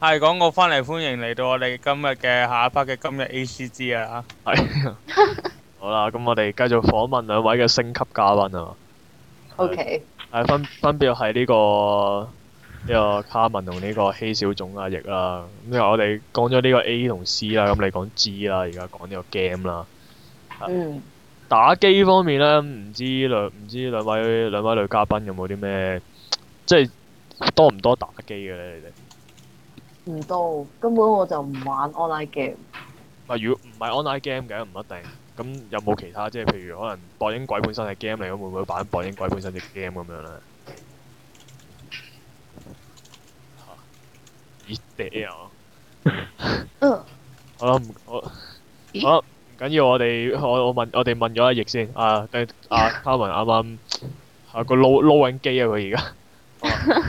係講我翻嚟，歡迎嚟到我哋今日嘅下一 part 嘅今日 A C G 啊！係。好啦，咁我哋繼續訪問兩位嘅星級嘉賓啊。 O K，係分分別係呢、個呢、個卡文同呢個希小種阿翼啦。咁因為我哋講咗呢個 A 同 C 啦，咁你講 G 啦，而家講呢個 game 啦。嗯，打機方面咧，唔知兩唔知兩位兩位女嘉賓有冇啲咩，即係多唔多打機嘅咧？你哋？唔多，根本我就唔玩 online game。唔係如果唔係 online game 嘅，唔一定。咁有冇其他即係譬如可能博英鬼本身係 game 嚟，咁會唔會玩博英鬼本身隻 game 咁樣咧？嚇咦嗲啊！嗯，好啦，唔我咦好啦唔緊要，我哋我我問我哋問咗阿奕先。啊，等阿卡文啱啱啊個撈撈緊機啊佢而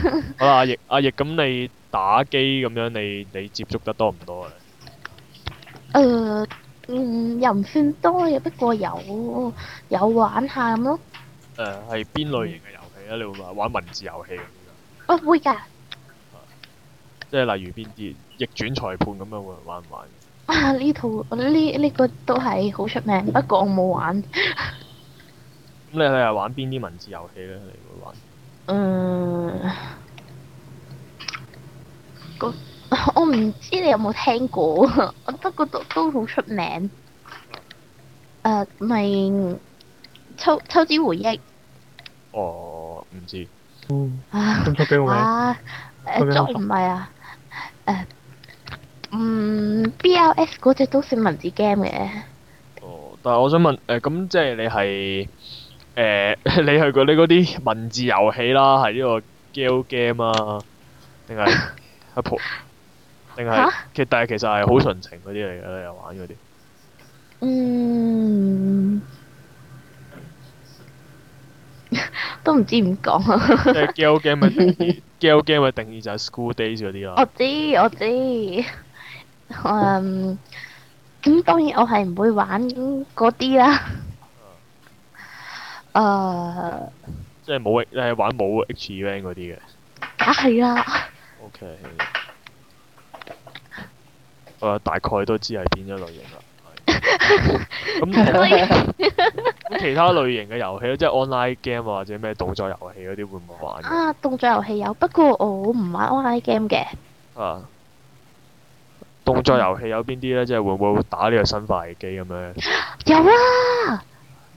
家。好啦好啦，阿奕阿奕，咁你打機咁樣，你你接觸得多唔多啊？誒、呃嗯，又唔算多嘅，不過有有玩下咁咯。誒係邊類型嘅遊戲咧？啊你會唔會玩文字遊戲咁樣？啊，會㗎，即係例如邊啲逆轉裁判咁樣會玩唔玩？啊呢套呢呢、個都係好出名，不過我冇玩。咁你你係玩邊啲文字遊戲咧？你會玩？嗯，個我唔知你有冇聽過，不過都都好出名。誒、咪秋秋子回憶哦，唔知。嗯，啊咁都幾好名。啊咁誒，樣再唔係啊誒，嗯 BLS 嗰只都算文字 game 嘅。哦，但係我想問誒，咁、即係你係誒、你係嗰啲嗰啲文字遊戲啦，係呢個 g a l game 啊，定係 係普定係嚇其但係其實係好純情嗰啲嚟嘅，你又玩嗰啲。 嗯，都唔知點講。即係 g a l game 嘅定義 g a l game 嘅定義就係 school days 嗰啲我啦。知我知，嗯，咁當然我係唔會玩嗰啲啦。誒、Ờ, 即係冇你係玩冇 H event 嗰啲嘅。啊係啦， O K，我大概都知係邊一類型啦。係咁所以咁其他類型嘅遊戲咧，即係 online game 啊或者咩動作遊戲嗰啲，會唔會玩嘅？啊動作遊戲有，不過我唔玩 online game 嘅。啊，動作遊戲有邊啲咧？即係會唔會打呢個生化危機咁樣？有啊，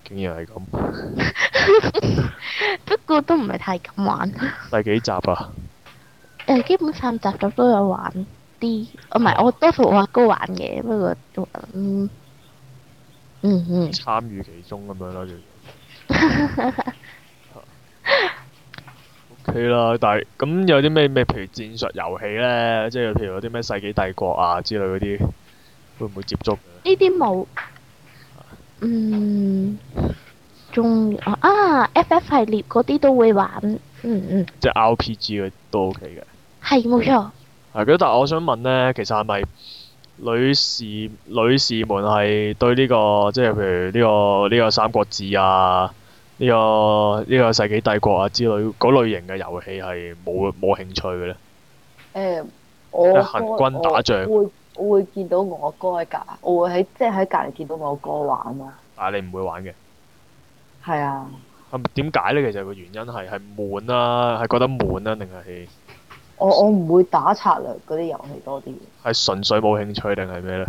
竟然係咁，不過都唔係太敢玩。 誒、第幾集啊？基本上集集都有玩啲，唔哦係我多數我阿哥玩嘅，不過都嗯嗯嗯參與其中咁樣啦，叫做。O K 啦，但係咁有啲咩咩，譬如戰術遊戲咧，即係譬如有啲咩世紀帝國啊之類嗰啲，會唔會接觸嘅？呢啲冇。嗯，仲啊，FF 系列嗰啲都會玩。嗯嗯，即係 R P G 嗰啲都 O K 嘅。係冇錯。係咁，但係我想問咧，其實係咪女士女士們係對呢、個即係譬如呢、個呢、個三國志啊，呢、個呢、個世紀帝國啊之類嗰類型嘅遊戲係冇冇興趣嘅咧？誒，我行軍打仗我會我會見到我哥喺隔，我會喺即係喺隔離見到我哥玩咯。但係你唔會玩嘅。係啊，係咪點解咧？其實個原因係係悶啦、係覺得悶啦、啊定係我我唔會打策略嗰啲遊戲多啲。係純粹冇興趣定係咩咧？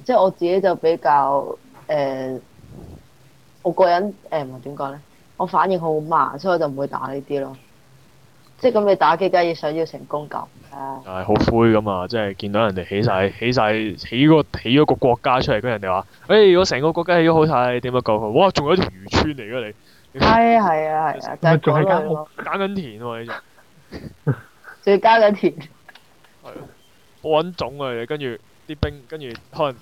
誒、即係我自己就比較誒、我個人誒唔係點講咧，我反應好慢，所以我就唔會打呢啲咯。即係咁，你打機梗係要想要成功感啊！就係好灰咁啊！即係見到人哋起晒起晒起個起咗個國家出嚟，跟住人哋話：，誒、我成個國家起咗好晒，你點樣救佢？哇！仲有一條漁村嚟嘅你，係啊係啊係啊，就係咪仲嗰係類間屋咯， 耕緊田喎、你就仲要加緊田。好揾種啊！你跟住啲兵，跟住可能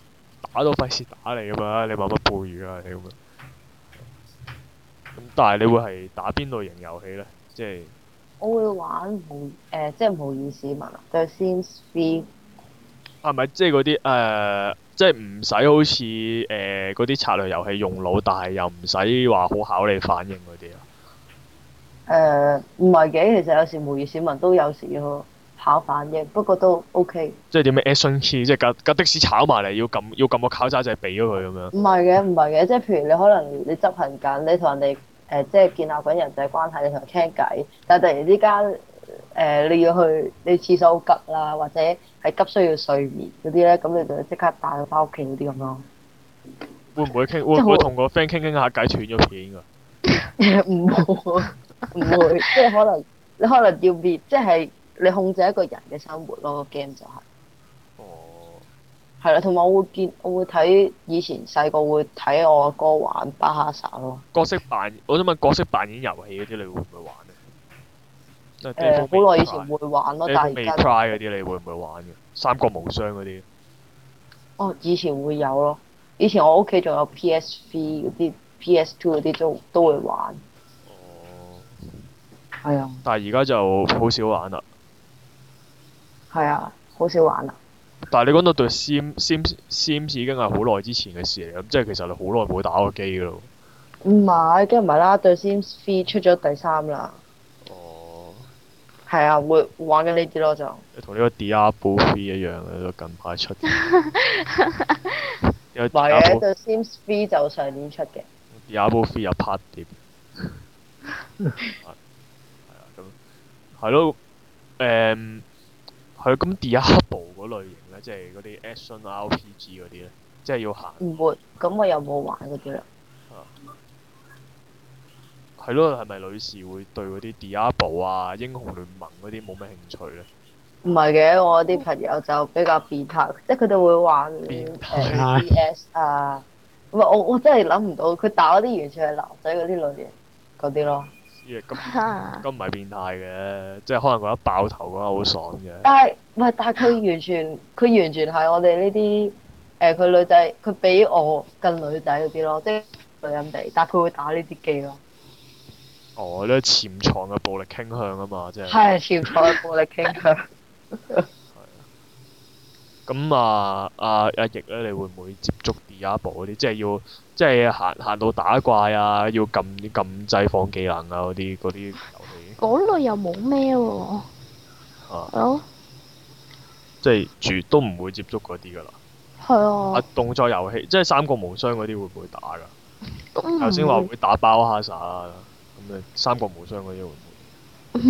打到費事打你咁啊！你話乜捕魚啊？你咁樣。咁但係你會係打邊類型遊戲咧？即係我會玩無誒、即係無意市民啊，就 Sims Three 係啊咪即係嗰啲誒，即係唔使好似誒嗰啲策略遊戲用腦，但係又唔使話好考你反應嗰啲啊？誒，唔係嘅，其實有時無意市民都有時咯，跑反應，不過都 OK。即係點咩啊 action key，即係架架的士炒埋嚟，要撳要撳個考揸掣避咗佢咁樣。唔係嘅，唔係嘅，即係譬如你可能你執行緊，你同人哋誒、呃即係建立緊人際關係，你同人傾偈，但係突然之間誒、呃你要去你廁所好急啦，或者係急需要睡眠嗰啲咧，咁你就即刻帶佢翻屋企嗰啲咁咯。會唔會傾？會唔會同個 friend 傾傾下偈斷咗片㗎？ 唔會，唔會，即係可能你可能要滅，即係你控制一個人嘅生活咯。個 game 就係哦，係啦，同埋我會見，我會睇以前細個會睇我阿哥玩巴哈薩咯。角色扮，我想問角色扮演遊戲嗰啲，你會唔會玩咧？即係誒、呃好耐以前 Devil May 會玩咯，Cry- 但係而 Devil 家 May Cry 嗰啲，你會唔會玩嘅？三國無雙嗰啲，哦，以前會有咯。以前我屋企仲有 PS Three 嗰啲、PS Two 嗰啲都都會玩。哦，係啊，但係而家就好少玩啦。係啊，好少玩啊。但係你講到對 Sim Sim Sims 已經係好耐之前嘅事嚟咁，即係其實你好耐冇打過機㗎咯。唔係，梗係唔係啦，對 Sims Three 出咗第三啦。哦，係啊，會玩緊呢啲咯就。同呢個 Diablo Three 一樣嘅，都近排出。有 唔係啊嘅， Diablo 對 Sims Three 就上年出嘅。 Diablo Three 有 part 碟，係啊咁係咯，誒係咯咁 Diablo 嗰類型咧，即係嗰啲 action RPG 嗰啲咧，即係要行唔會，咁我又冇玩嗰啲啦。係咯，係咪女士會對嗰啲 Diablo 啊、英雄聯盟嗰啲冇咩興趣咧？唔係嘅，我啲朋友就比較變態，即係佢哋會玩變誒態 CS 啊。唔係我我真係諗唔到，佢打嗰啲完全係男仔嗰啲類型嗰啲咯。咦咁哈咁唔係變態嘅，即係可能覺得爆頭嗰下好爽嘅。啊但係唔係，但係佢完全佢完全係我哋呢啲誒，佢、女仔佢比我更女仔嗰啲咯，即係女人哋，但係佢會打呢啲機咯，哦，呢潛藏嘅暴力傾向啊嘛，即係。係潛在暴力傾向。咁啊，阿阿奕咧，你會唔會接觸 Diablo 嗰啲？即係要，即係行行到打怪啊，要撳撳掣放技能啊嗰啲嗰啲遊戲嗰類又冇咩哦喎，哦啊，係咯，即係住都唔會接觸嗰啲㗎啦。係啊啊，，動作遊戲即係三國無雙嗰啲會唔會打㗎？都唔頭先話會會打包哈薩啊，咁你三國無雙嗰啲會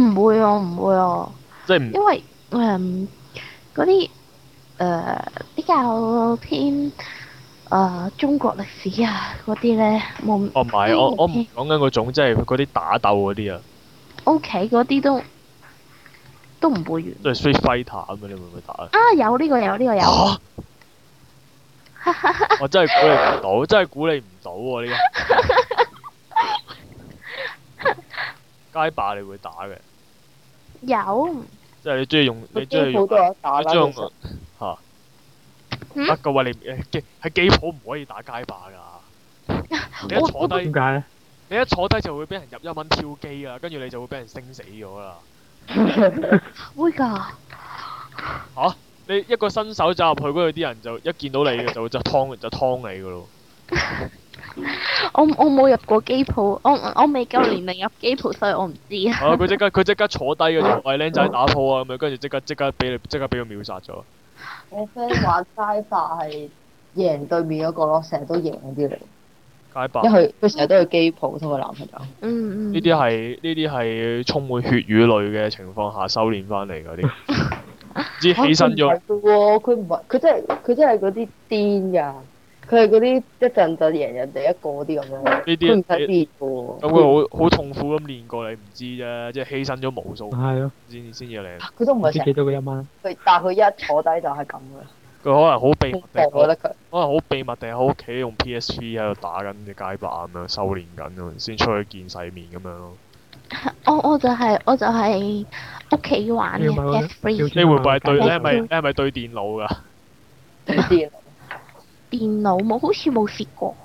唔會？唔會啊，唔會啊，即係唔因為誒嗰啲誒比較偏誒中國歷史啊嗰啲咧冇哦唔係，我我唔講緊嗰種，即係嗰啲打鬥嗰啲啊，屋企嗰啲都都唔會完即係 Street Fighter 咁樣，你會唔會打啊？啊！有呢個有呢個有，嚇！ 我真係估你唔到，真係估你唔到喎呢個。街霸你會打嘅，有即係你中意用， 你佢中機意鋪用，都有得打你啦，中意用其實嚇。嗯得嘅喂，你誒機喺機鋪唔可以打街霸㗎。你一坐低點，解咧？你一坐低就會俾人入一蚊挑機啊，跟住你就會俾人升死咗啦。會㗎，你一個新手走入去嗰度，啲人就一見到你嘅就會就劏就劏你㗎咯。我我冇入過機鋪，我我未夠年齡入機鋪，所以我唔知啊。係啊！佢即刻佢即刻坐低嘅就喂僆仔打鋪啊咁樣，跟住即刻即刻俾你即刻俾佢秒殺咗。我 friend 玩齋霸係贏對面嗰個咯，成日都贏嗰啲嚟。街霸因為佢成日都去機鋪同佢男朋友。嗯嗯。呢啲啊係呢啲係充滿血與淚嘅情況下修練翻嚟嗰啲，只犧牲咗啊。佢唔係嘅喎，佢唔係，佢真係佢真係嗰啲癲㗎。佢係嗰啲一陣就贏人哋一個嗰啲咁樣。呢佢唔啲使咁變㗎喎。佢好好痛苦咁練過，你唔知啫，即係犧牲咗無數係咯，先先至嚟。佢都唔唔係知成幾日，多個一蚊。佢但係佢一坐低就係咁佢嘅。可能好秘密地，我覺可得佢能好秘密地喺屋企用 PSP 喺度打緊只街霸咁樣修練緊咁樣，先出去見世面咁樣咯。我我就係、我就係屋企玩你要買嗰嘅啲 PS Free 你會唔會係對？你係咪嗯你係咪對電腦㗎？癲。電腦冇，好似冇試過。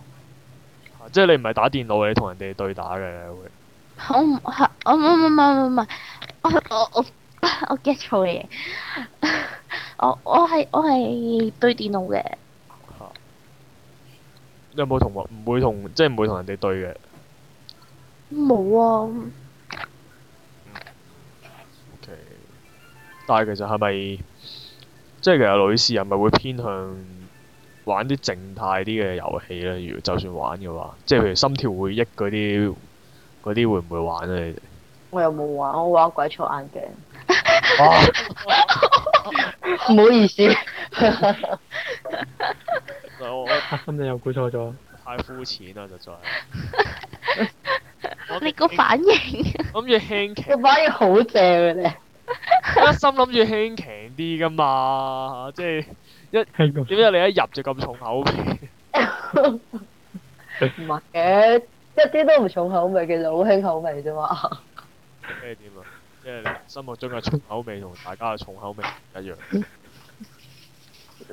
即係你唔係打電腦，你同人哋對打嘅會。我唔係我唔唔唔唔唔，我我我我 get 錯嘢。我我係我係對電腦嘅，你有冇同我唔會同即係唔會同人哋對嘅？冇啊。 OK，但係其實係咪即係其實女士係咪會偏向玩啲靜態啲嘅遊戲咧？如果就算玩嘅話，即係譬如心跳會益嗰啲嗰啲會唔會玩咧？你哋我又冇玩，我玩鬼錯眼鏡。啊唔好意思，我我咁你又估錯咗。太膚淺啦，實在。 我你個反應，諗住輕騎個反應好正啊嘅咧。一心諗住輕騎啲噶嘛，即係係咁。點解你一入就咁重口味？唔係嘅，一啲都唔重口味，其實好輕口味啫嘛。即係點啊？即係你心目中嘅重口味同大家嘅重口味唔一樣。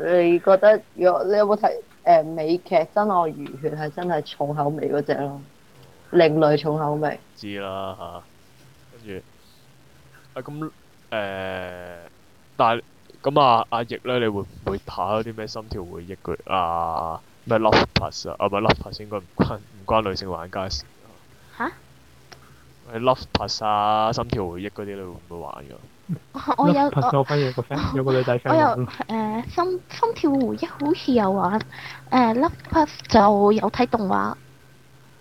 你覺得如果你有冇睇誒美劇《真愛如血》係真係重口味嗰只咯，另類重口味。知啦嚇、跟住啊咁誒、但係咁啊阿奕咧，你會唔會打嗰啲咩心跳回憶佢啊？咩 Love Plus 啊？啊唔係 Love Plus 應該唔關唔關女性玩家事啊吓係 Love Plus 啊，心跳回憶嗰啲你會唔會玩㗎？ 我有拍我咗反而有個 friend 有個女仔 friend 我有玩誒、心心跳回憶好似有玩誒、Love Plus 就有睇動畫，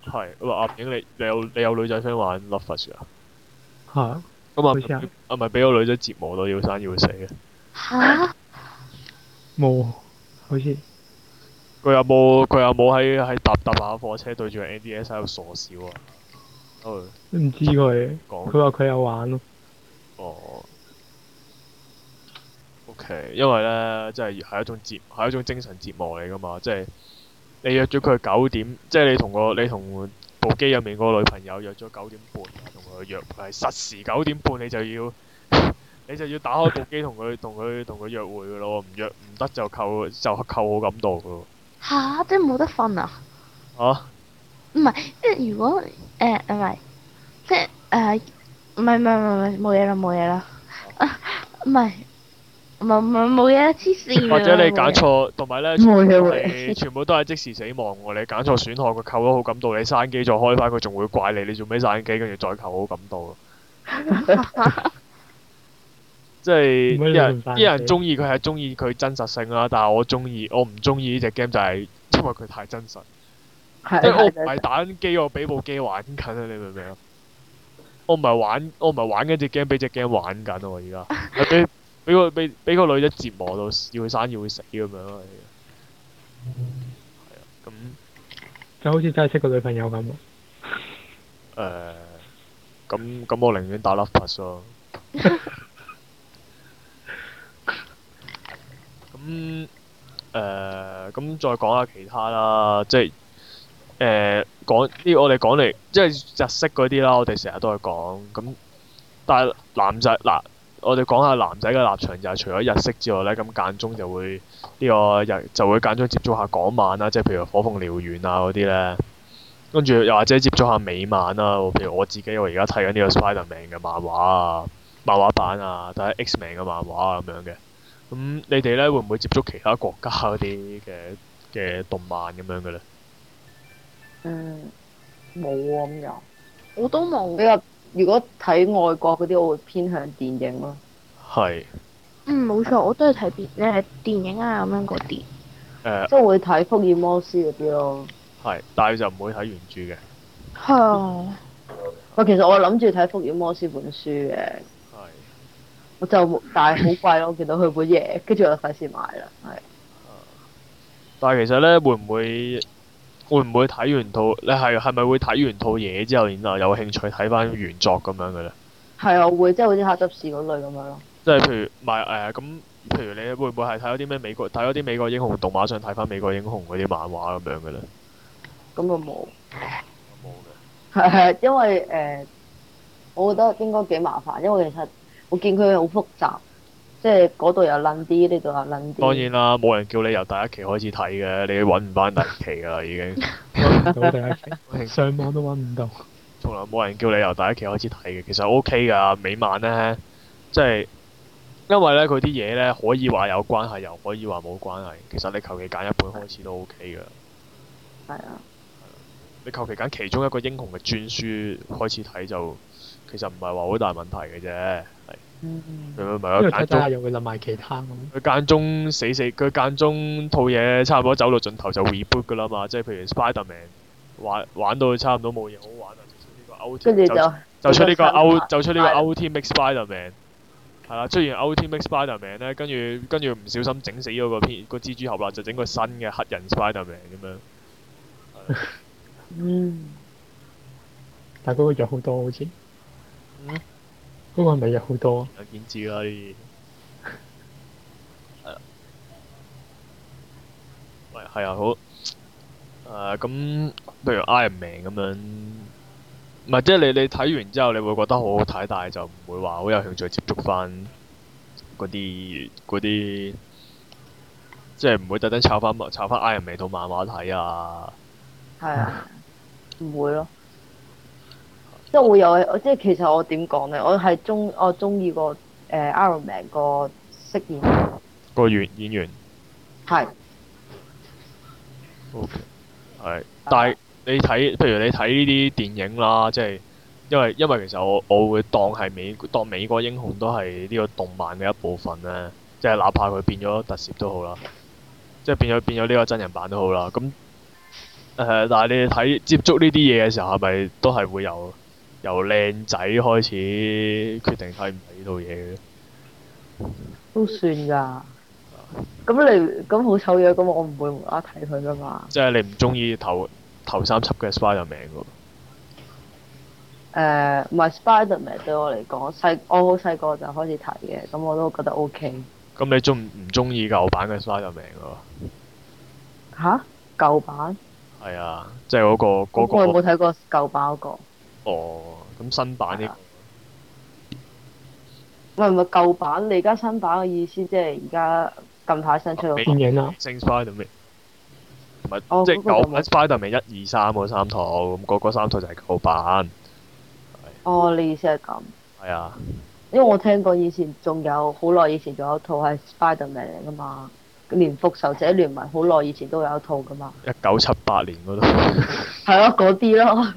係喂阿影你你有你有女仔 friend 玩 Love Plus 啊？嚇，咁啊好似啊咪啊咪俾個女仔折磨到要生要死啊嘅。吓？冇，好似佢有冇佢有冇喺喺搭搭下火車對住個 NDS 喺度傻笑啊？哦，唔知 佢，講佢話佢有玩咯。哦，OK，因為咧，即係係一種折係一種精神折磨嚟噶嘛，即係你約咗佢九點，即係你同個你同部機入面個女朋友約咗九點半，同佢約係實時九點半，你就要 你就要打開部機同佢同佢同佢約會噶咯，唔約唔得就扣就扣好感度噶咯，吓？即係冇得瞓啊！嚇、即係如果誒唔係，即係誒唔係唔係唔係冇嘢啦冇嘢啦，啊唔係唔係唔係冇嘢啦黐 線或者你揀揀錯，同埋咧， 冇嘢冇你全部都係即時死亡喎。你揀錯選項，佢扣咗好感度，你閂機再開翻，佢仲會怪你，你做咩閂機，跟住再扣好感度。 即係唔可以啲人亂閂啲人機中意佢係中意佢真實性啦，但係我中意我唔中意呢只 game 就係因為佢太真實，係即係我唔係係打緊機，我俾部機玩緊啊！你明唔明啊？我唔係玩，我唔係玩緊只 game，俾只 game 玩緊啊！我而 家係俾俾個俾俾個女仔折磨到要生要死咁樣咯。係啊，咁。就好似真係識個女朋友咁喎，誒，呃咁咁我寧願打 Love Plus 咯。咁誒，咁再講下其他啦，即係誒講呢，我哋講嚟即係日式嗰啲啦，我哋成日都係講咁。但係男仔嗱，我哋講下男仔嘅立場就係除咗日式之外咧，咁間中就會呢個日就會間中接觸下港漫啊啦，即係譬如火鳳燎原啊嗰啲咧。跟住又或者接觸下美漫啦，譬如我自己我而家睇緊呢個 Spiderman 嘅漫畫啊、漫畫版啊，睇下 Xman 嘅漫畫啊咁樣嘅。咁你哋咧會唔會接觸其他國家嗰啲嘅嘅動漫咁樣嘅咧？嗯，冇啊咁又。我都比冇，較如果睇外國嗰啲，我會偏向電影咯。係嗯冇錯，我都係睇電誒電影啊咁樣嗰啲，誒即係會睇福爾摩斯嗰啲咯。係，但係就唔會睇原著嘅。係啊喂，其實我諗住睇福爾摩斯本書嘅，係我就冇但係好貴咯，我見到佢本嘢，跟住我就費事買啦。係但係其實咧，會唔會會唔會睇完套？你係係咪會睇完套嘢之後，然後有興趣睇翻原作咁樣嘅咧？係啊，我會即係好似黑執事嗰類咁樣咯。即係譬如唔係誒咁，譬如你會唔會係睇咗啲咩美國睇咗啲美國英雄動畫，想睇翻美國英雄嗰啲漫畫咁樣嘅咧？咁就冇。哦冇嘅。係係，因為誒、我覺得應該幾麻煩，因為其實我見佢好複雜，即係嗰度又撚啲，呢度又撚啲。當然啦，冇人叫你由第一期開始睇嘅，你揾唔翻第一期㗎啦已經。揾唔到第一期，上網都揾唔到。從來冇人叫你由第一期開始睇嘅，其實 O K 㗎。美漫咧，即係因為咧佢啲嘢咧可以話有關係，又可以話冇關係。其實你求其揀一本開始都 O K 㗎。係啊，你求其揀其中一個英雄嘅專書開始睇就，其實唔係話好大問題嘅啫。係嗯咪咪因為佢睇間睇中下又會諗埋其他咁。佢間中死死，佢間中套嘢差唔多走到盡頭就 reboot 噶啦嘛，即係譬如 Spiderman 玩玩到差唔多冇嘢好玩啦，啊就出跟住呢個 Ultimate- 就就出呢個就出 out 就出呢個 Spider-Man Ultimate Spider-Man 係啦，出完 Ultimate Spider-Man 咧，跟住跟住唔小心整死咗個篇個蜘蛛俠啦，就整個新嘅黑人 Spider-Man 咁樣。嗯，但係嗰個藥好多好似，嗯嗰個係咪藥好多啊？有見知啦呢啲。係啊。喂，係啊，好。誒，咁譬如 Iron Man 咁樣，唔係即係你你睇完之後，你會覺得好好睇，但係就唔會話好有興趣接觸翻嗰啲嗰啲，即係唔會特登抄翻抄翻 Iron Man 套漫畫睇啊。係啊，唔會咯。即係會有，即係其實我點講咧？我係中我中意個誒 Iron Man 個飾演個演演員係，係，但係你睇，譬如你睇呢啲電影啦，即係因為因為其實我我會當係美當美國英雄都係呢個動漫嘅一部分咧，即係哪怕佢變咗特攝都好啦，即係變咗變咗呢個真人版都好啦。咁誒、呃但係你睇接觸呢啲嘢嘅時候，係咪都係會由由靚仔開始決定睇唔睇呢套嘢嘅？都算㗎。咁你咁好醜樣，咁我唔會無啦啦睇佢㗎嘛。即係你唔中意頭頭三輯嘅 Spider-Man 喎。誒唔係 Spiderman 對我嚟講細，我好細個就開始睇嘅，咁我都覺得 O K。咁你中唔中意舊版嘅 Spider-Man 喎？吓？舊版？係啊，即係嗰、個嗰、我個有冇睇過舊版嗰個？哦，咁新版啊呢、唔係唔係舊版，你而家新版嘅意思即係而家近排新出嗰個電影啊，星 Spiderman，唔係、哦即係嗰個就舊版 Spiderman 一二三嗰三套，咁嗰嗰三套就係舊版，哦，你意思係咁？係啊，因為我聽過以前仲有好耐以前仲有一套係 Spiderman 嚟㗎嘛，連復仇者聯盟好耐以前都有一套㗎嘛。一九七八年嗰度。係咯，嗰啲 咯。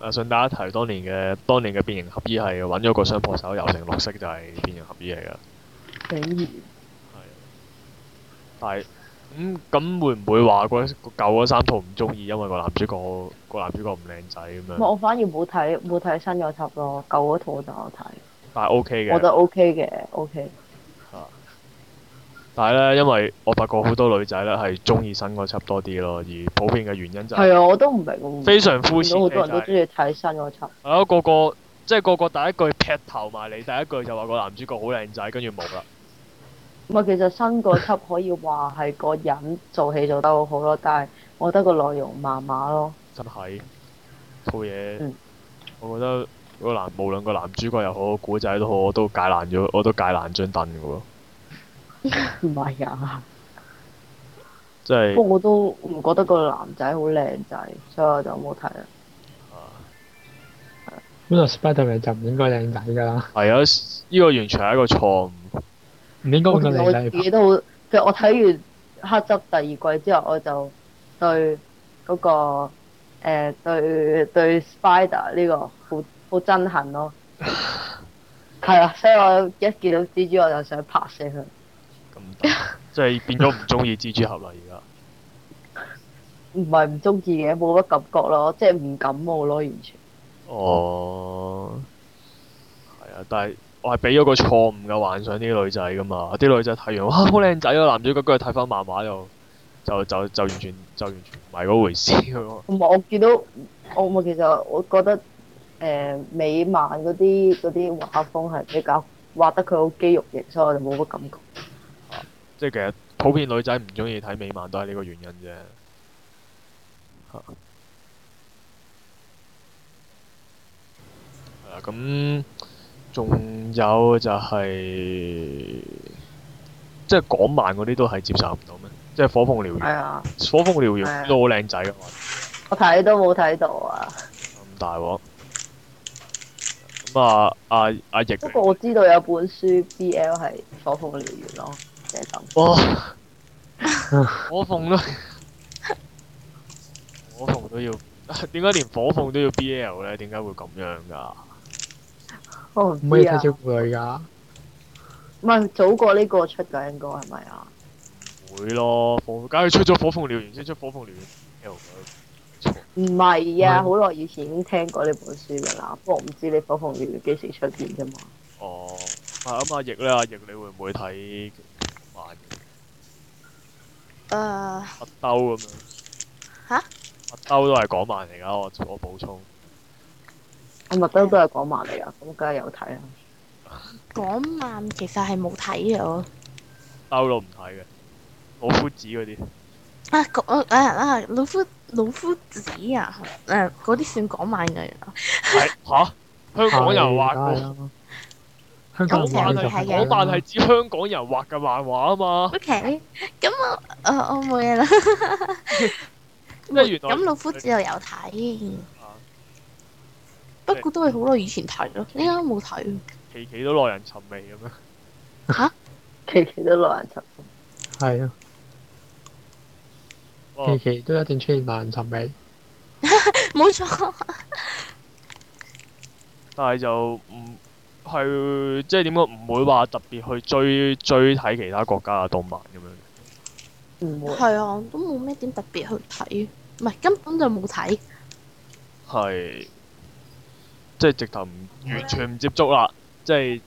啊，順帶一提，當年嘅當年嘅變形俠醫係揾咗個雙破手油成綠色，就係變形俠醫嚟㗎。竟然但係咁咁會唔會話嗰舊嗰三套唔中意，因為個男主角個男主角唔靚仔咁唔係樣？我反而冇睇冇睇新嗰輯咯，舊嗰套我就有睇，但係 OK 嘅我覺。得 OK 嘅，OK。但係咧，因為我發覺好多女仔咧係中意新嗰輯多啲咯，而普遍嘅原因就係係啊，我都唔明喎。非常膚見到好淺多嘅人就都係、中意睇新嗰輯，係咯，個個即係個個第一句劈頭埋你，第一句就話個男主角好靚仔，跟住冇啦。唔係其實新嗰輯可以話係個人做戲做得好好咯，但係我覺得個內容麻麻咯。真係套嘢，嗯我覺得個男無論個男主角又好，古仔都好，我都解爛咗，我都解爛張凳嘅喎，唔係啊，即係不過我都唔覺得個男仔好靚仔，所以我就冇睇啦。本來 Spiderman 就唔應該靚仔㗎啦，係啊！呢個完全係一個錯誤。唔應該我揾其實個我靚仔自嚟拍。己都好，其實我睇完《黑執》第二季之後，我就對嗰、個誒、呃、對對 Spider 呢個好好憎恨咯。係啊，所以我一見到蜘蛛我就想拍死佢。咁大即係變咗唔中意蜘蛛俠啦，而家。唔係唔中意嘅，冇乜感覺咯，即係唔感冒咯，完全。哦，係啊，但係我係俾咗個錯誤嘅幻想啲女仔噶嘛，啲女仔睇完哇好靚仔啊，男主角跟住睇翻漫畫又就就就完全就完全唔係嗰回事喎。 同埋我見到我咪其實我覺得誒、呃美漫嗰啲嗰啲畫風係比較畫得佢好肌肉型，所以我就冇乜感覺。即係其實普遍女仔唔中意睇美漫都係呢個原因啫。嚇係啊，咁仲有就係、即係港漫嗰啲都係接受唔到咩？即係火鳳燎原。係啊，火風燎原係啊都好靚仔嘅嘛，我睇都冇睇到啊。咁大鑊。咁啊，阿阿奕不過我知道有本書 BL 係《火鳳燎原》咯，就係咁。哇，火鳳都火鳳都要，點解連火鳳都要 BL 咧？點解會咁樣㗎？我唔唔可以知啊睇，小婦女㗎。唔係早過呢個出㗎，應該係咪啊？會咯，火梗係出咗火鳳燎原先出火鳳燎原。L 唔係啊，唔好耐以前已經聽過呢本書㗎啦，不過我唔知你火鳳燎原幾時出現啫嘛。哦，啊咁阿奕咧，阿奕你會唔會睇漫誒阿兜咁樣？吓阿兜都係港漫嚟㗎，我我補充。我麥兜都係講漫嚟㗎，啊咁梗係有睇 啦。港漫其實係冇睇嘅我。兜都唔睇嘅，老夫子嗰啲。啊，講誒啊，老夫老夫子啊，誒嗰啲算港漫嘅原來。係嚇，香港人畫係嘅。啦香港人畫嘅就啊係港漫係指香港人畫嘅漫畫啊嘛， O K，咁我誒我冇嘢啦。 即係原來咁老夫子又有睇啊，不過都係好耐以前睇咯，嗯依家都冇睇。期期都耐人尋味咁樣。期期都老人尋，係啊，期哦，期都一定出現萬人尋味。冇錯，但係就唔係即係點講，唔會話特別去追追睇其他國家嘅動漫咁樣。唔會。係啊，都冇咩點特別去睇，唔係根本就冇睇。係即係直頭唔完全唔接觸啦，即係。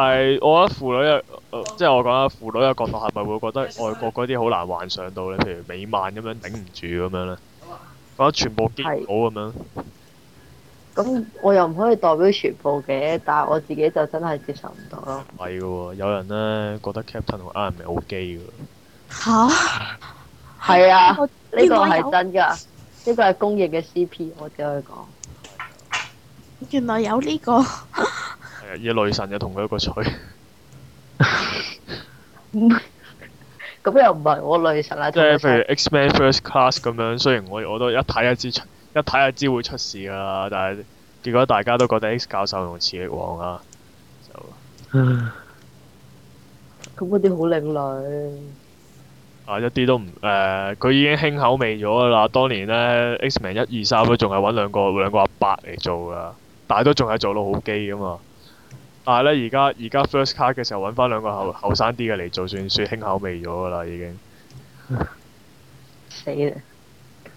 但係我覺得腐女嘅、呃即係我講啦，腐女嘅角度係咪會覺得外國嗰啲好難幻想到咧？譬如美漫咁樣頂唔住咁樣咧，覺得全部激到咁樣。咁我又唔可以代表全部嘅，但係我自己就真係接受唔到咯。唔係嘅喎，有人咧覺得 Captain 同 Iron Man 好基嘅喎，吓？係 啊，呢個哦原來係有真㗎，呢個係公認嘅 CP，我只可以講。原來有呢個。 係啊，而女神就同佢一個吹，咁又唔係我女神啦，即係啊譬如 X Men First Class 咁樣。雖然我我都一睇就知出，一睇就知會出事㗎啦，但係結果大家都覺得 X 教授同磁力王啊，就咁嗰啲好靚女。啊一啲都唔誒，佢、已經輕口味咗㗎啦。當年咧 X Men 一二三都仲係揾兩個兩個阿伯嚟做㗎，但係都仲係做到好基㗎嘛。但係咧，而家而家 First Class 嘅時候揾翻兩個後後生啲嘅嚟做，算算輕口味咗㗎啦，已經。死啦！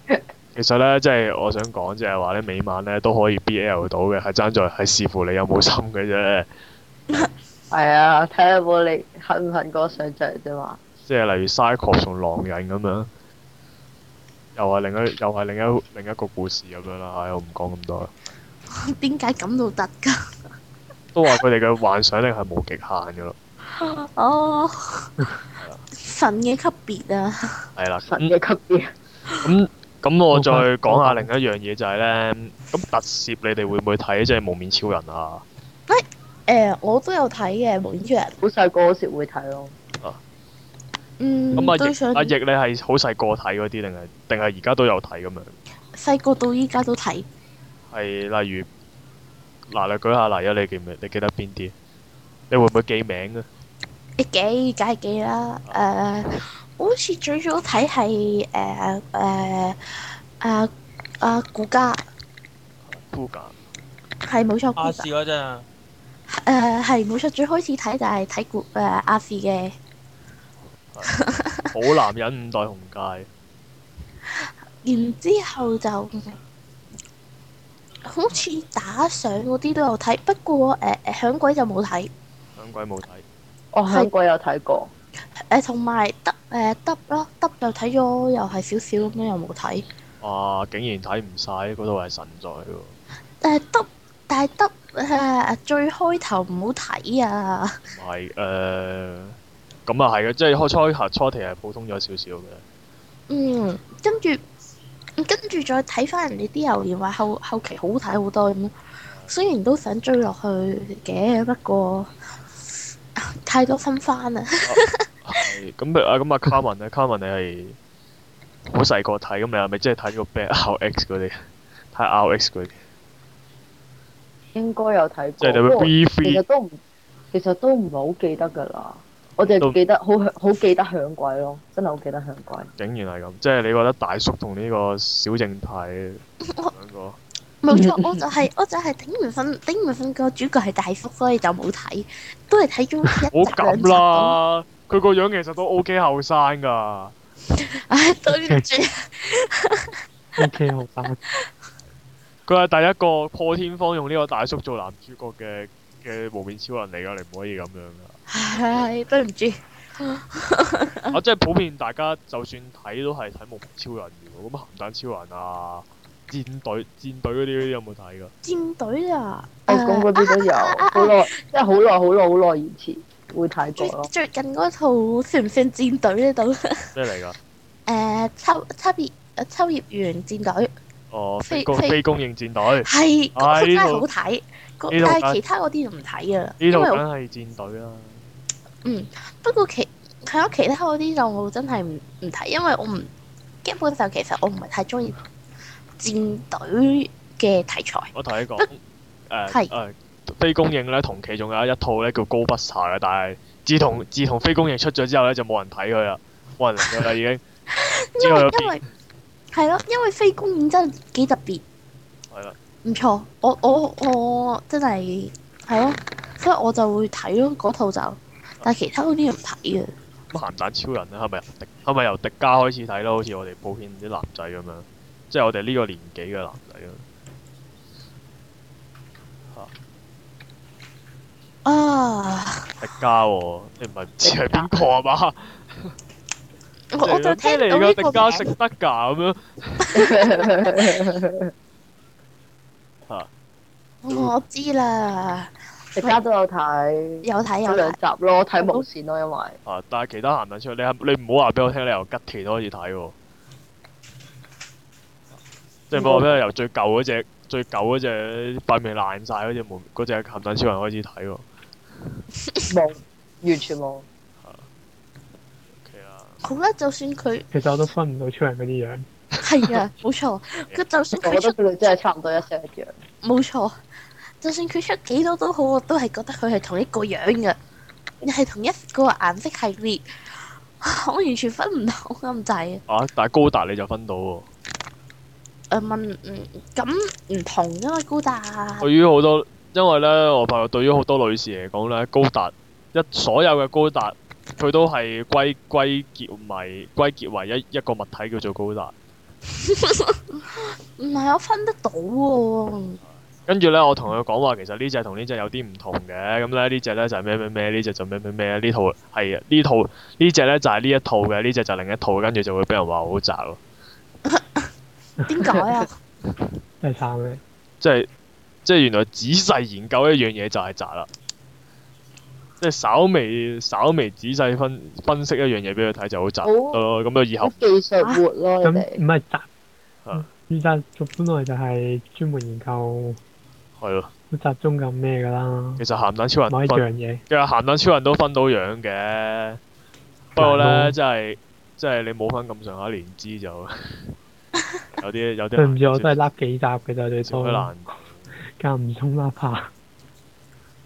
其實咧，即係我想講，即係話咧，美漫咧都可以 BL 到嘅，係爭在係視乎你有冇心嘅啫。係啊，睇下有冇你肯唔肯嗰個想像啫嘛。即係例如《Psycho》同《狼人》咁樣，又係另一又係另一另一個故事咁樣啦。唉，我唔講咁多啦。點解咁都得㗎？都話佢哋嘅幻想力係無極限嘅咯。哦，神嘅級別啊！係啦，神咁嘅級別，咁咁，我再講下另一樣嘢就係咧，咁特攝你哋會唔會睇即係《無面超人》啊？誒，我都有睇嘅《無影超人》，好細個嗰時會睇咯。嗯，咁阿都奕想阿奕你係好細個睇嗰啲定係定係而家都有睇咁樣？細個到依家都睇。係例如嗱，你舉下例啊，你記唔記？你記得邊啲？你會唔會記名啊？誒幾梗係幾啦，誒、好似最早睇係誒誒誒啊古家酷噶，係冇錯，古亞家視嗰陣啊，誒係冇錯，最開始睇就係睇古誒亞視嘅，好男人五代紅界，然之後就好似打賞嗰啲都有睇，不過誒誒、響鬼就冇睇， 兩鬼冇睇。我香港有睇過，誒呃同埋得誒得咯，得就睇咗又係少少咁樣又冇睇。哇！竟然睇唔晒，嗰度係神在喎。但係得，但係得誒最開頭唔好睇啊！唔係誒，咁啊係嘅，即係開初頭初期係普通咗少少嘅。嗯，跟住跟住再睇翻人哋啲留言話後後期好睇好多咁，雖然都想追落去嘅，不過啊太多新番啊啦。係咁啊咁啊，卡文咧，卡文你係好細個睇，咁你係咪即係睇個 b a d RX 嗰啲？睇 RX 嗰啲，應該有睇過。即係你不過會 B 其 free 實都唔，其實都唔係好記得㗎啦。我淨都係記得好好記得響鬼咯，真係好記得響鬼。 竟然係咁，即係你覺得大叔同呢個小正太兩個冇錯，我就係、我就係頂唔順，頂唔順個主角係大叔，所以就冇睇，都係睇咗唔一好集兩咁集咁。啦，佢個樣其實都 O K 後生㗎。 唉，對唔住， O K，學生佢係第一個破天荒用呢個大叔做男主角嘅嘅無面超人嚟㗎，你唔可以咁樣㗎。 唉，對唔住，啊，即係普遍大家就算睇都係睇無名超人嘅喎，咁鹹蛋超人啊、戰隊、戰隊嗰啲有冇睇㗎？戰隊啊！誒哎咁嗰啲都有，好耐，即係好耐好耐好耐以前會睇過最 咯。最近嗰套算唔算戰隊呢度？咩嚟㗎？ 誒秋秋葉誒秋葉原戰隊哦，非非公非非公認戰隊係啊嗰套真呢係套好睇，呢嗰套但真係其他嗰啲就唔睇噶啦，呢因度為梗我係戰隊啦。不過其係咯，其他嗰啲就我真係唔唔睇，因為我唔基本上其實我唔係太中意戰隊嘅題材。我同你講，誒啊係誒非公認咧，同期仲有一套咧叫《高不查》嘅，但係自嗯從自從非公認出咗之後咧，就冇人睇佢啦，冇人嚟佢啦已經。之 因後為有因變為係咯，因為飛公園真係幾特別，係啦，唔錯。我我我真係係咯，所以我就會睇咯嗰套就，但係其他嗰啲唔睇啊嘅。咁鹹蛋超人咧係咪由迪係咪由迪迦開始睇咯？好似我哋普遍啲男仔咁樣，即係我哋呢個年紀嘅男仔咯。啊！迪迦喎，你唔係唔知係邊個啊嘛？我我就聽咩到嚟呢㗎迪個迦食名，得㗎咁樣。哦我我知啦，而家都有睇，有睇有有兩睇，集咯，睇無線咯，因為啊！但係其他鹹蛋超人，你係你唔好話俾我聽，你由吉田開始睇喎，即係唔好話俾我由最舊嗰只、最舊嗰只塊面爛晒嗰只門嗰只鹹蛋超人開始睇喎。冇，完全冇。 OK 啊啦，好啦，就算佢其實我都分唔到超人嗰啲樣。係啊，冇錯，佢就算我佢覺出得佢哋真係差唔多一式一樣。冇錯，就算佢出幾多都好，我都係覺得佢係同一個樣嘅，又係同一個顏色系列，啊我完全分唔到咁滯啊！啊！但係高達你就分到喎。誒問嗯咁唔同噶嘛，高達對於好多，因為咧，我發覺對於好多女士嚟講咧，高達一所有嘅高達，佢都係歸歸結為歸結為一一個物體叫做高達。唔係我分得到喎，跟住咧，我同佢講話，其實呢只同呢只有啲唔同嘅，咁咧呢只咧就係咩咩咩，呢只就咩咩咩，呢套係啊呢套呢只咧就係呢一套嘅，呢只就另一套，跟住就會俾人話好宅咯，點 解啊？真係慘嘅，即係即係原來仔細研究一樣嘢就係宅啦，即係稍微稍微仔細分分析一樣嘢俾佢睇就好宅好咯，咁就以好後技術活咯，你咁唔哋係宅啊。依家做本來就係專門研究係咯。好集中咁咩㗎啦，其實鹹蛋超人某一分樣嘢。其實鹹蛋超人都分到樣嘅，不過難咯咧真係真係你冇翻咁上下年資就有啲有啲對唔住，我都係難拉幾集嘅咋，最少少少少多難，間唔中拉下。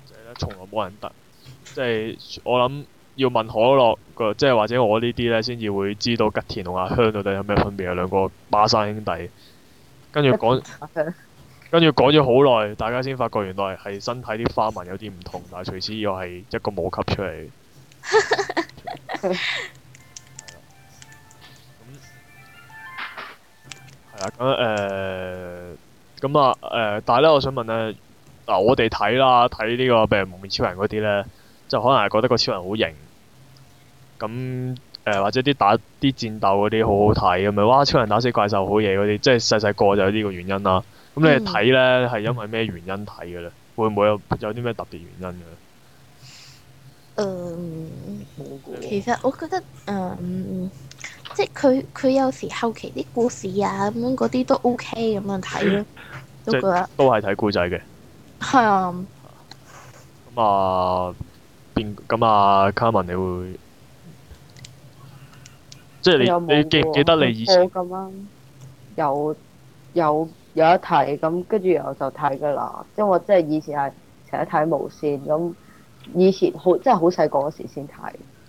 即係咧從來冇人得，即係我諗要問可樂個，即係或者我呢啲咧先至會知道吉田同阿香到底有咩分別啊兩個孖生兄弟，跟住講跟住講咗好耐，大家先發覺原來係身體啲花紋有啲唔同，但係除此以外係一個冇級出嚟。係啦咁係啦，咁誒，咁啊誒，但係咧，我想問咧，嗱，我哋睇啦，睇呢、個譬如蒙面超人嗰啲咧，就可能係覺得個超人好型，咁誒、或者啲打啲戰鬥嗰啲好好睇咁樣，哇！超人打死怪獸好嘢嗰啲，即係細細個就有呢個原因啦。咁你哋睇咧係因為咩原因睇嘅咧？會唔會有有啲咩特別原因嘅咧？嗯。冇估其實我覺得誒、嗯即係佢佢有時後期啲故事啊咁樣嗰啲都 OK 咁樣睇咯，都即覺得都係睇故仔嘅。係啊。咁啊，變咁啊，卡文你會即係你你記唔記得你以前我咁啱有有有一睇，咁跟住然後就睇噶啦，因為我即係以前係成日睇無線，咁以前好真係好細個嗰時先睇，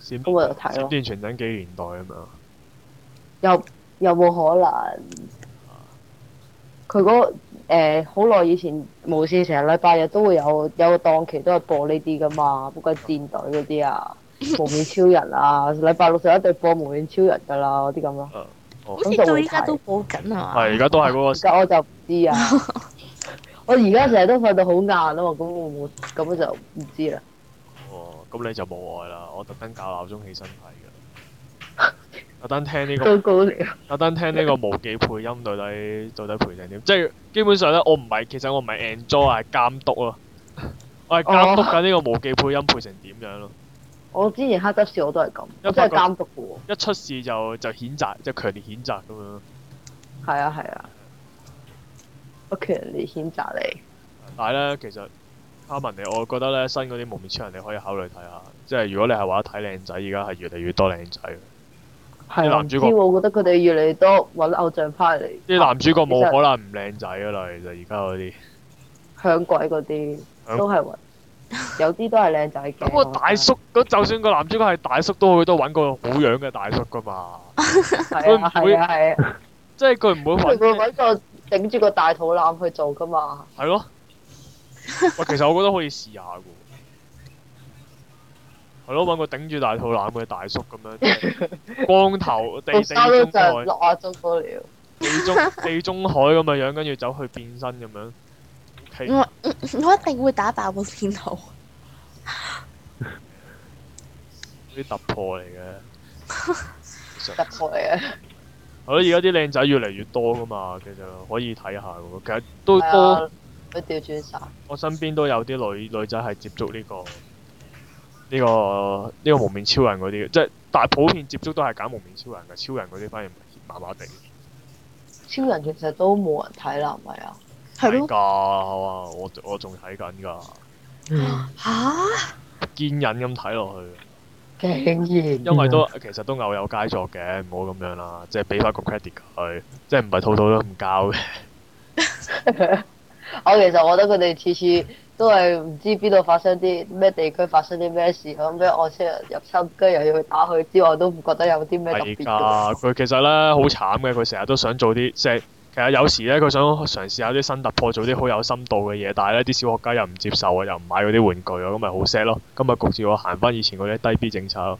閃咁我就睇閃咯，電傳真機年啊代咁樣？又有冇可能？佢嗰誒好耐以前無線成日禮拜日都會有有個檔期都係播呢啲噶嘛，不過戰隊嗰 啲啊，無面超人啊，禮拜六就一定播無面超人噶啦嗰啲咁咯。好似到依家都播緊啊係嘛？哦係而家都係嗰而家我就唔知啊， 我而家成日都瞓到好晏啊嘛，咁我冇咁就唔知啦。個哦，咁你就冇愛啦。我特登校鬧鐘起身睇㗎，特登聽呢個高高嚟，特登聽呢個無記配音到底到底配成點？即係基本上咧，我唔係其實我唔係 enjoy，係監督咯。 我係監督緊呢個無記配音配成點樣咯。我之前黑執事我都係咁，我真係監督嘅喎。一出事就就譴責，就強烈譴責咁樣咯。係啊係啊，我強烈譴責你。但係咧，其實卡文你，我覺得咧新嗰啲蒙面超人你可以考慮睇下。即係如果你係話睇靚仔，而家係越嚟越多靚仔。係啊，男唔主知角喎我覺得佢哋越嚟越多揾偶像派嚟。啊啲男主角冇其實可能唔靚仔噶啦，其實而家嗰啲。香鬼嗰啲香都係 揾，有啲都係靚仔嘅。咁個我大叔，咁就算個男主角係大叔，都好都揾個好樣嘅大叔噶嘛。係啊佢唔會係啊 係啊，即係佢唔會佢會 揾。揾個頂住個大肚腩去做噶嘛。係咯。喂，其實我覺得可以試下嘅喎。係咯，揾個頂住大肚腩嘅大叔咁樣，即係光頭地個地沙都中就係海、落下中高了。地中地中海咁嘅樣，跟住走去變身咁樣。OK，我我一定會打爆部電腦。啲突破嚟嘅。其實突破嚟嘅，係咯，而家啲靚仔越嚟越多噶嘛，其實可以睇下嘅喎。其實都係都，啊，佢調轉晒，我身邊都有啲女女仔係接觸呢、個呢、個呢、個蒙面超人嗰啲，即係但係普遍接觸都係揀蒙面超人嘅，超人嗰啲反而麻麻地。超人其實都冇人睇啦，唔係啊？係睇咯㗎，哇！我我仲睇緊㗎，嗯嚇！堅忍咁睇落去，竟因然為都其實都偶有佳作嘅，唔好咁樣啦，即係俾翻個 credit 佢，即係唔係套套都唔交嘅。我哦其實我覺得佢哋次次都係唔知邊度發生啲咩地區發生啲咩事咁，俾外星人入侵，跟住又要去打佢之外，都唔覺得有啲咩特係 別㗎，嘅。佢其實咧好慘嘅，佢成日都想做啲即係其實有時咧佢想嘗試下啲新突破，做啲好有深度嘅嘢，但係咧啲小學家又唔接受啊，又唔買嗰啲玩具啊，咁咪好 sad 咯。咁咪焗住我行翻以前嗰啲低 B 政策咯。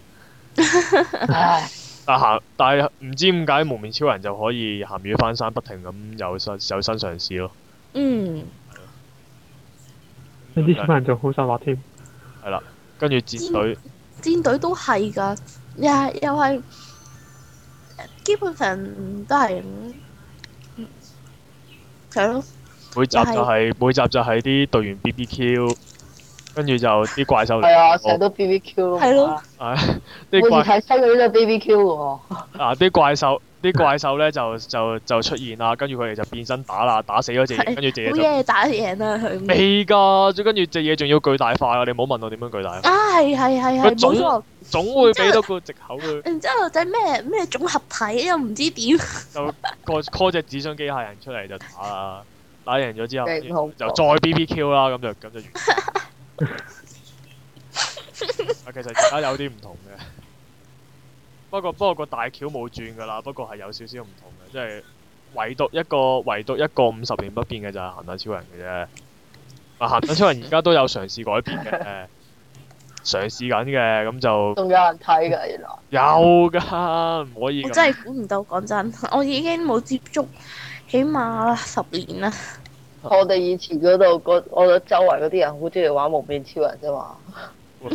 唉，但行但係唔知點解蒙面超人就可以鹹魚翻身，不停咁有新有新嘗試咯。嗯，呢啲小朋友仲好受落添，跟住戰隊戰隊都係㗎，又係又係，基本上都係，嗯係咯，每集就係、每集就係啲隊員 BBQ，跟住就啲怪獸係啊，成日嚟，都 B B Q 咯。係咯係每啲次怪睇西嗰啲都 B B Q 喎。嗱啲怪獸啲怪獸咧就就就出現啦，跟住佢哋就變身打啦，打死咗隻嘢，跟係住隻好嘢就嘢打贏啦佢。未㗎，跟住隻嘢仲要巨大化，你唔好問我點樣巨大化，啊，係係係佢係，總冇錯。總會俾到個藉口佢然之後就咩咩綜合體又唔知點，就 call call 隻紙箱機械人出嚟就打啦，打贏咗之後跟勁住恐怖就再 BBQ 啦，咁就咁就完。啊，其實而家有啲唔同嘅，不過不過個大橋冇轉㗎啦，不過係有少少唔同嘅，即係唯獨一個唯獨一個五十年不變嘅就係鹹蛋超人嘅啫。啊，鹹蛋超人而家都有嘗試改變嘅，嘗試緊嘅，咁就仲有人睇㗎， 原來有㗎，唔可以我咁。真係估唔到，講真，我已經冇接觸，起碼十年啦。我哋以前嗰度嗰我哋周圍嗰啲人好中意玩蒙面超人啫嘛。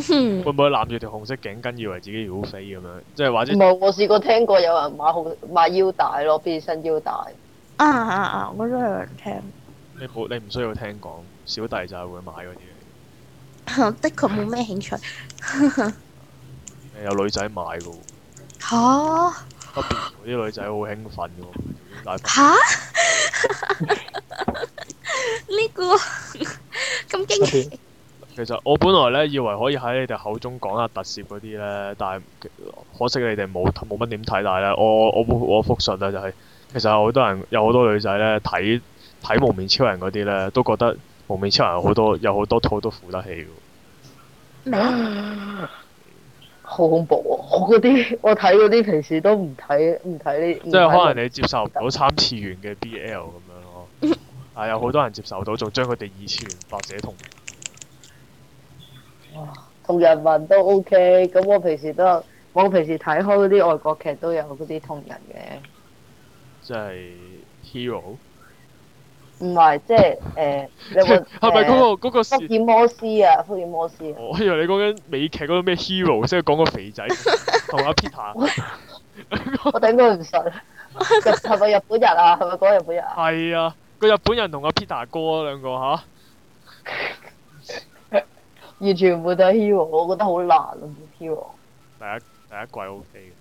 嗯會唔會攬住條紅色頸巾，以為自己妖飛咁樣？即係或唔者係，我試過聽過有人買好買腰帶咯，變身腰帶。啊啊啊！我都有人聽， 你冇你唔需要聽講，小弟就係會買嗰啲，的確冇咩興趣有女仔買嘅喎，嚇特別嗰啲女仔好興奮嘅喎，大吓？ 呢個咁特驚奇別 其實我本來咧以為可以喺你哋口中講下特攝嗰啲咧，但係可惜你哋冇冇乜點睇，但係咧我我我我復述啊，就係、其實有好多人有好多女仔咧睇睇蒙面超人嗰啲咧，都覺得蒙面超人好多有好多套都付得起嘅喎。咩？好恐怖喎、我嗰啲 我睇嗰啲平時都唔睇唔睇呢，即係可能你接受唔到三次元嘅 BL 咁樣咯，係有好多人接受到，仲將佢哋二次元或者同同人民都 OK。咁我平時都有，我平時睇開嗰啲外國劇都有嗰啲同人嘅，即係 hero。唔係即係誒、 呃你有冇係咪嗰誒個嗰個福爾摩斯啊？福爾摩斯啊！我以為你講緊美劇嗰個咩 hero，即係講個肥仔同阿 Peter。我頂佢唔順， 日係咪日本人啊？係咪講日本人啊？係啊，個日本人同阿 Peter 哥兩個吓，完全唔會睇 hero，我覺得好難啊冇！hero 第一第一季 O K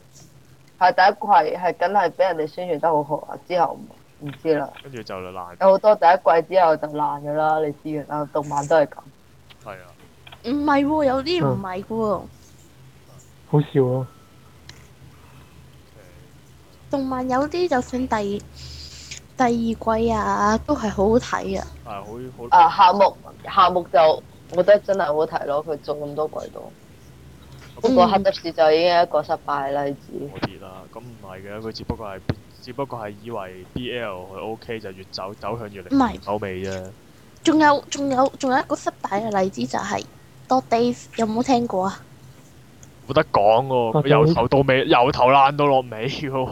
係第一季係梗係俾人哋宣傳得好好啊，之後唔唔知啦。嘅，跟住就爛啊有好多第一季之後就爛㗎啦，你知㗎啦，動漫都係咁。係啊。唔係喎，有啲唔係喎，好笑咯，動漫有啲就算第第二季啊，都係好好睇啊。係好好啊，夏目夏目就我覺得真係好睇咯，佢做咁多季度。不過黑執士就已經係一個失敗嘅例子。我啲啦，啊咁唔係嘅，佢只不過係只不過係以為 BL 佢 O K 就越走走向越唔嚟係，走尾啫。仲有仲有仲有一個失敗嘅例子就係、多 days 有冇聽過啊？冇得講啊喎，佢由頭到尾，由頭爛到落尾嘅 喎，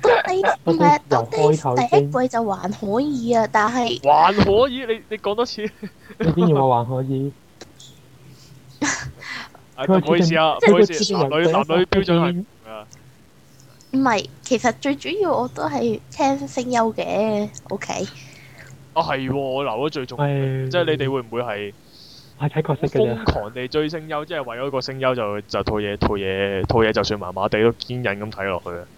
多 days 唔多係 days 多由開頭 days 第一季就還可以啊，但係還可以。你你講多次，你竟然話還可以，啊唔好意思啊，唔好意思，男女男女標準係唔同㗎唔係其實最主要我都係聽聲優嘅，OK。啊係喎，我留咗最重要嘅，係即係你哋會唔會係係睇角色嘅瘋啫，狂地追聲優，即係為咗個聲優就就套嘢套嘢套嘢，就算麻麻地都堅忍咁睇落去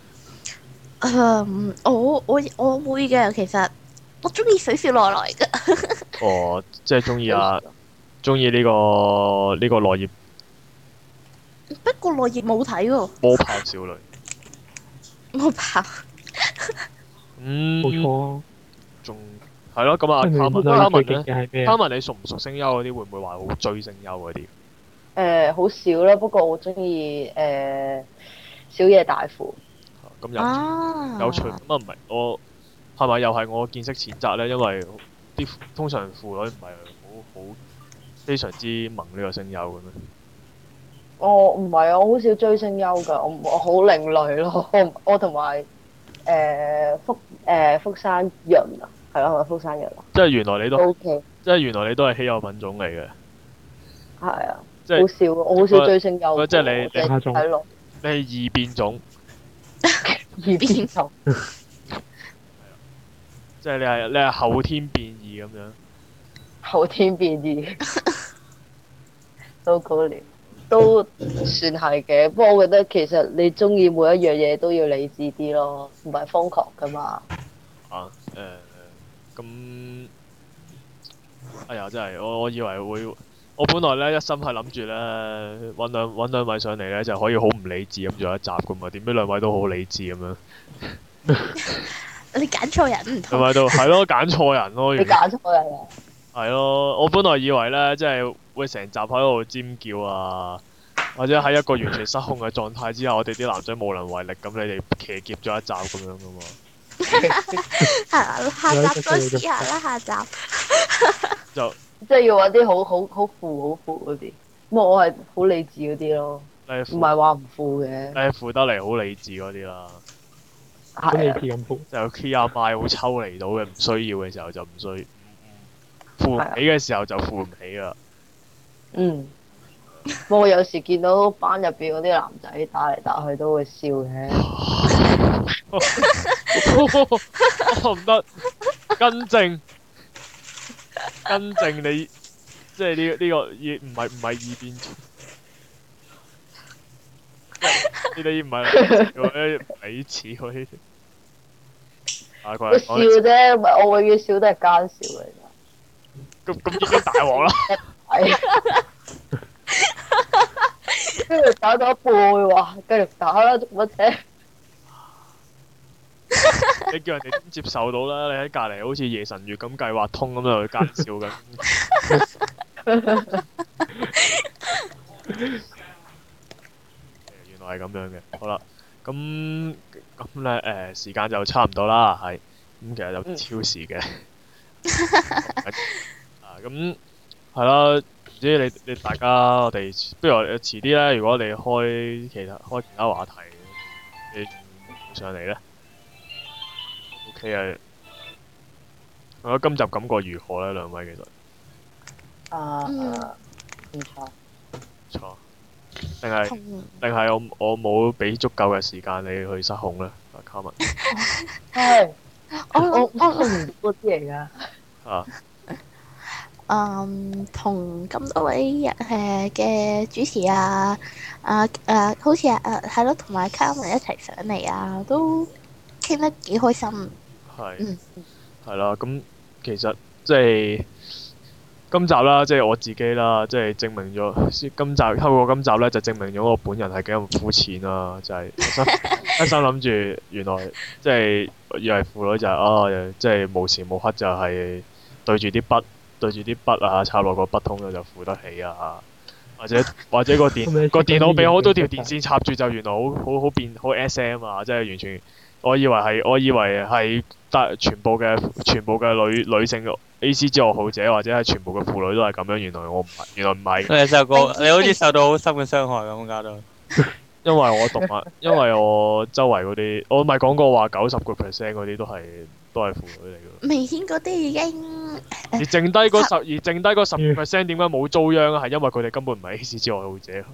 啊！嗯，我我我會嘅，其實我中意水少奈奈嘅。哦，即係中意啊，中意呢個呢個落葉不過內頁冇睇喎，波炮少女，冇拍。嗯，冇錯。仲係咯，咁啊，跟住卡文女卡最文勁咧，嘅係咩卡啊？文你熟唔熟聲優嗰啲？會唔會話好追聲優嗰啲？誒好少啦，不過我中意誒小野大輔。咁有趣啊，有趣咁啊，唔係我係咪又係我見識淺窄咧？因為啲通常婦女唔係好好非常之萌呢個聲優咁樣。我唔係啊，我好少追聲優㗎，我唔我好另類咯。 我唔我同埋誒福誒福山潤啊，係咯，係咪福山潤啊即係原來你都？O K，即係原來你都係稀有品種嚟嘅。係啊，即係好少，我好少追聲優喂㗎。即係你我淨你係睇落你係異變種，耳邊就即係你係你係後天變異咁樣。後天變異， 都高年都算係嘅。不過我覺得其實你中意每一樣嘢都要理智啲咯，唔係瘋狂㗎嘛。啊誒咁，哎呀真係我我以為會，我本來咧一心係諗住咧揾兩揾兩位上嚟咧就可以好唔理智咁做一集噶嘛，點知兩位都好理智咁樣，你揀錯人唔同兩。位都係咯揀錯人咯，你原來揀錯人啊！係咯，我本來以為咧即係會成集喺度尖叫啊，或者喺一個完全失控嘅狀態之下，我哋啲男仔無能為力咁，你哋騎劫咗一集咁樣噶嘛。下下集再試下啦，下集。即係要揾啲好好好富好富嗰啲。咁我係好理智嗰啲咯，你唔係係話唔富嘅你，係負得嚟好理智嗰啲啦。好理係啊智咁好，就 key 阿賣好抽離到嘅，唔需要嘅時候就唔需付唔係啊起嘅時候就付唔起啊啦。嗯。不過我有時見到班入邊嗰啲男仔打嚟打去都會笑嘅，我唔得，更正，更正你，即係呢呢個意唔係唔係意變種。呢啲唔係嗰啲彼此嗰啲。啊！佢係佢笑講你啫，唔係我永遠笑都係奸笑嚟㗎。咁咁已經大鑊啦。係。 跟住打到一半會話，繼續打啦，做乜啫？ 你叫人哋點接受到啦？你喺隔離好似夜神月咁計劃通咁樣去奸笑咁。原來係咁樣嘅，好啦，咁咁咧誒時間就差唔多啦，係咁其實有啲超時嘅，係啊，咁係啦，唔知你你大家我哋，不如我哋遲啲咧，如果你開其他開其他話題，你上嚟咧，OK 啊？我覺得今集感覺如何咧？兩位其實啊，嗯啊唔錯，唔錯，定係同定係我我冇俾足夠嘅時間你去失控咧，阿卡文係我我諗我唔嗰啲嚟㗎。啊，嗯，同咁多位人誒嘅主持啊，啊誒，好似啊誒係咯，同埋卡文一齊上嚟啊，都傾得幾開心。係嗯係啦，咁其實即係。今集啦，即係我自己啦，即係證明咗今集透過今集咧，就證明咗我本人係幾咁膚淺啦，就係、一心一心諗住原來即係以為婦女就係、啊，又即係無時無刻就係對住啲筆對住啲筆啊，插落個筆筒度就扶得起啊，或者或者個咁你電個電腦俾好多條電識線插住，就原來好好好變好 S.M. 啊，即係完全我以為係我以為係得全部嘅全部嘅女女性 A.C. 之愛好者或者係全部嘅婦女都係咁樣，原來我唔係，原來唔係。你受過，明知你好似受到好深嘅傷害咁 搞到。因為我讀啊，因為我周圍嗰啲，我咪講過話九十個 percent 嗰啲都係都係婦女嚟嘅。明顯嗰啲已經而剩低嗰十，而剩低嗰十 percent 點解冇遭殃啊？係因為佢哋根本唔係 A.C. 之愛好者。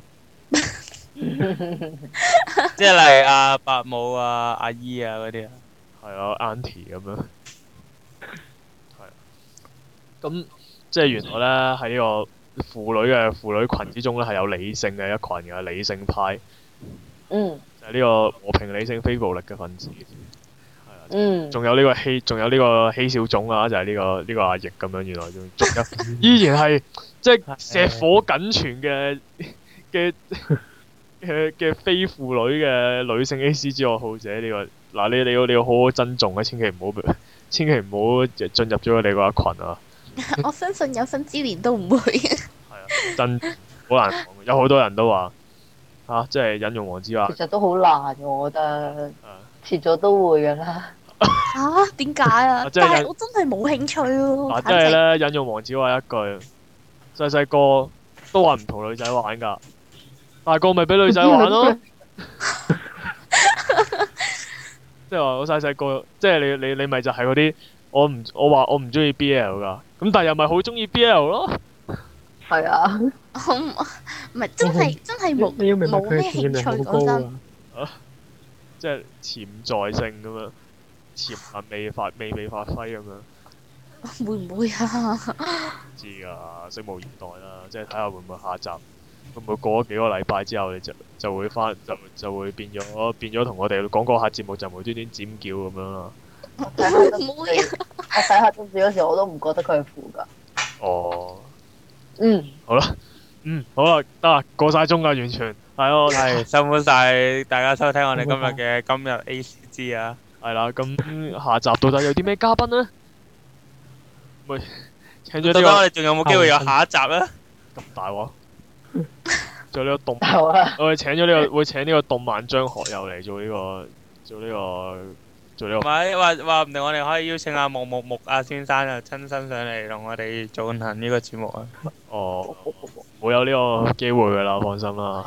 即係例如阿伯母啊、阿姨啊嗰啲啊，係啊，auntie 咁樣，係啊。咁即係原來咧喺呢個婦女嘅婦女群之中咧，係有理性嘅一群嘅理性派，嗯就係、呢個和平理性非暴力嘅分子。係啊，嗯，仲有呢個希，仲有呢個希小種啊，就係、呢、個呢、個阿奕咁樣，原 來仲仲有，依然係即係石火僅存嘅 嘅嘅嘅非婦女嘅女性 A C G 愛好者呢、個嗱，你你要你要好好珍重啊，千祈唔好俾 千祈唔好進入咗佢哋嗰一群啊， 我相信有生之年都唔會。係啊，真好難講，有好多人都話嚇、啊即係引用黃子華其實都好難嘅，我覺得啊遲早都會㗎啦。嚇點解啊啊？即係但係有我真係冇興趣嗱，喎。啊即係咧引用黃子華一句，細細個都話唔同女仔玩㗎，大個咪俾女仔玩咯。即係話我細細個，即係你你你咪就係嗰啲，我唔我話我唔中意 BL 㗎，咁但係又咪好中意 BL 咯。係啊，我唔唔係真 係真係冇你你要明白冇佢咩嘅興潛力趣好講高真。啊！即係潛在性咁樣，潛能未發未被發揮咁樣，會唔會啊？知㗎，拭目以待啦。即係睇下會唔會下集，會唔會過咗幾個禮拜之後，你就就會翻就就會變咗變咗同我哋講嗰下節目就無端端尖叫咁樣啦。我睇下得唔會啊知我睇下得知嗰時我都唔覺得佢係負㗎。哦，嗯，好啦，嗯，好啦，得啦，過晒鐘啦，完全係咯，係辛苦晒大家收聽我哋今日嘅今日 A C G 啊。係啦。咁下集到底有啲咩嘉賓呢？咪請咗呢到底我個哋仲有冇機會有下一集咧？咁大鑊，仲有呢個動。好啦，我哋請咗呢個，會請呢個動漫張學友嚟做呢個，做呢個，做呢唔係話話唔定我哋可以邀請阿木木木啊先生啊親身上嚟同我哋進行呢個節目啊。個，哦，冇有呢個機會㗎啦，放心啦。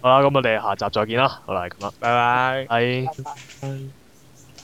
好啦，咁我哋下集再見啦，好啦，係咁啦，啊拜拜。係。拜拜。唉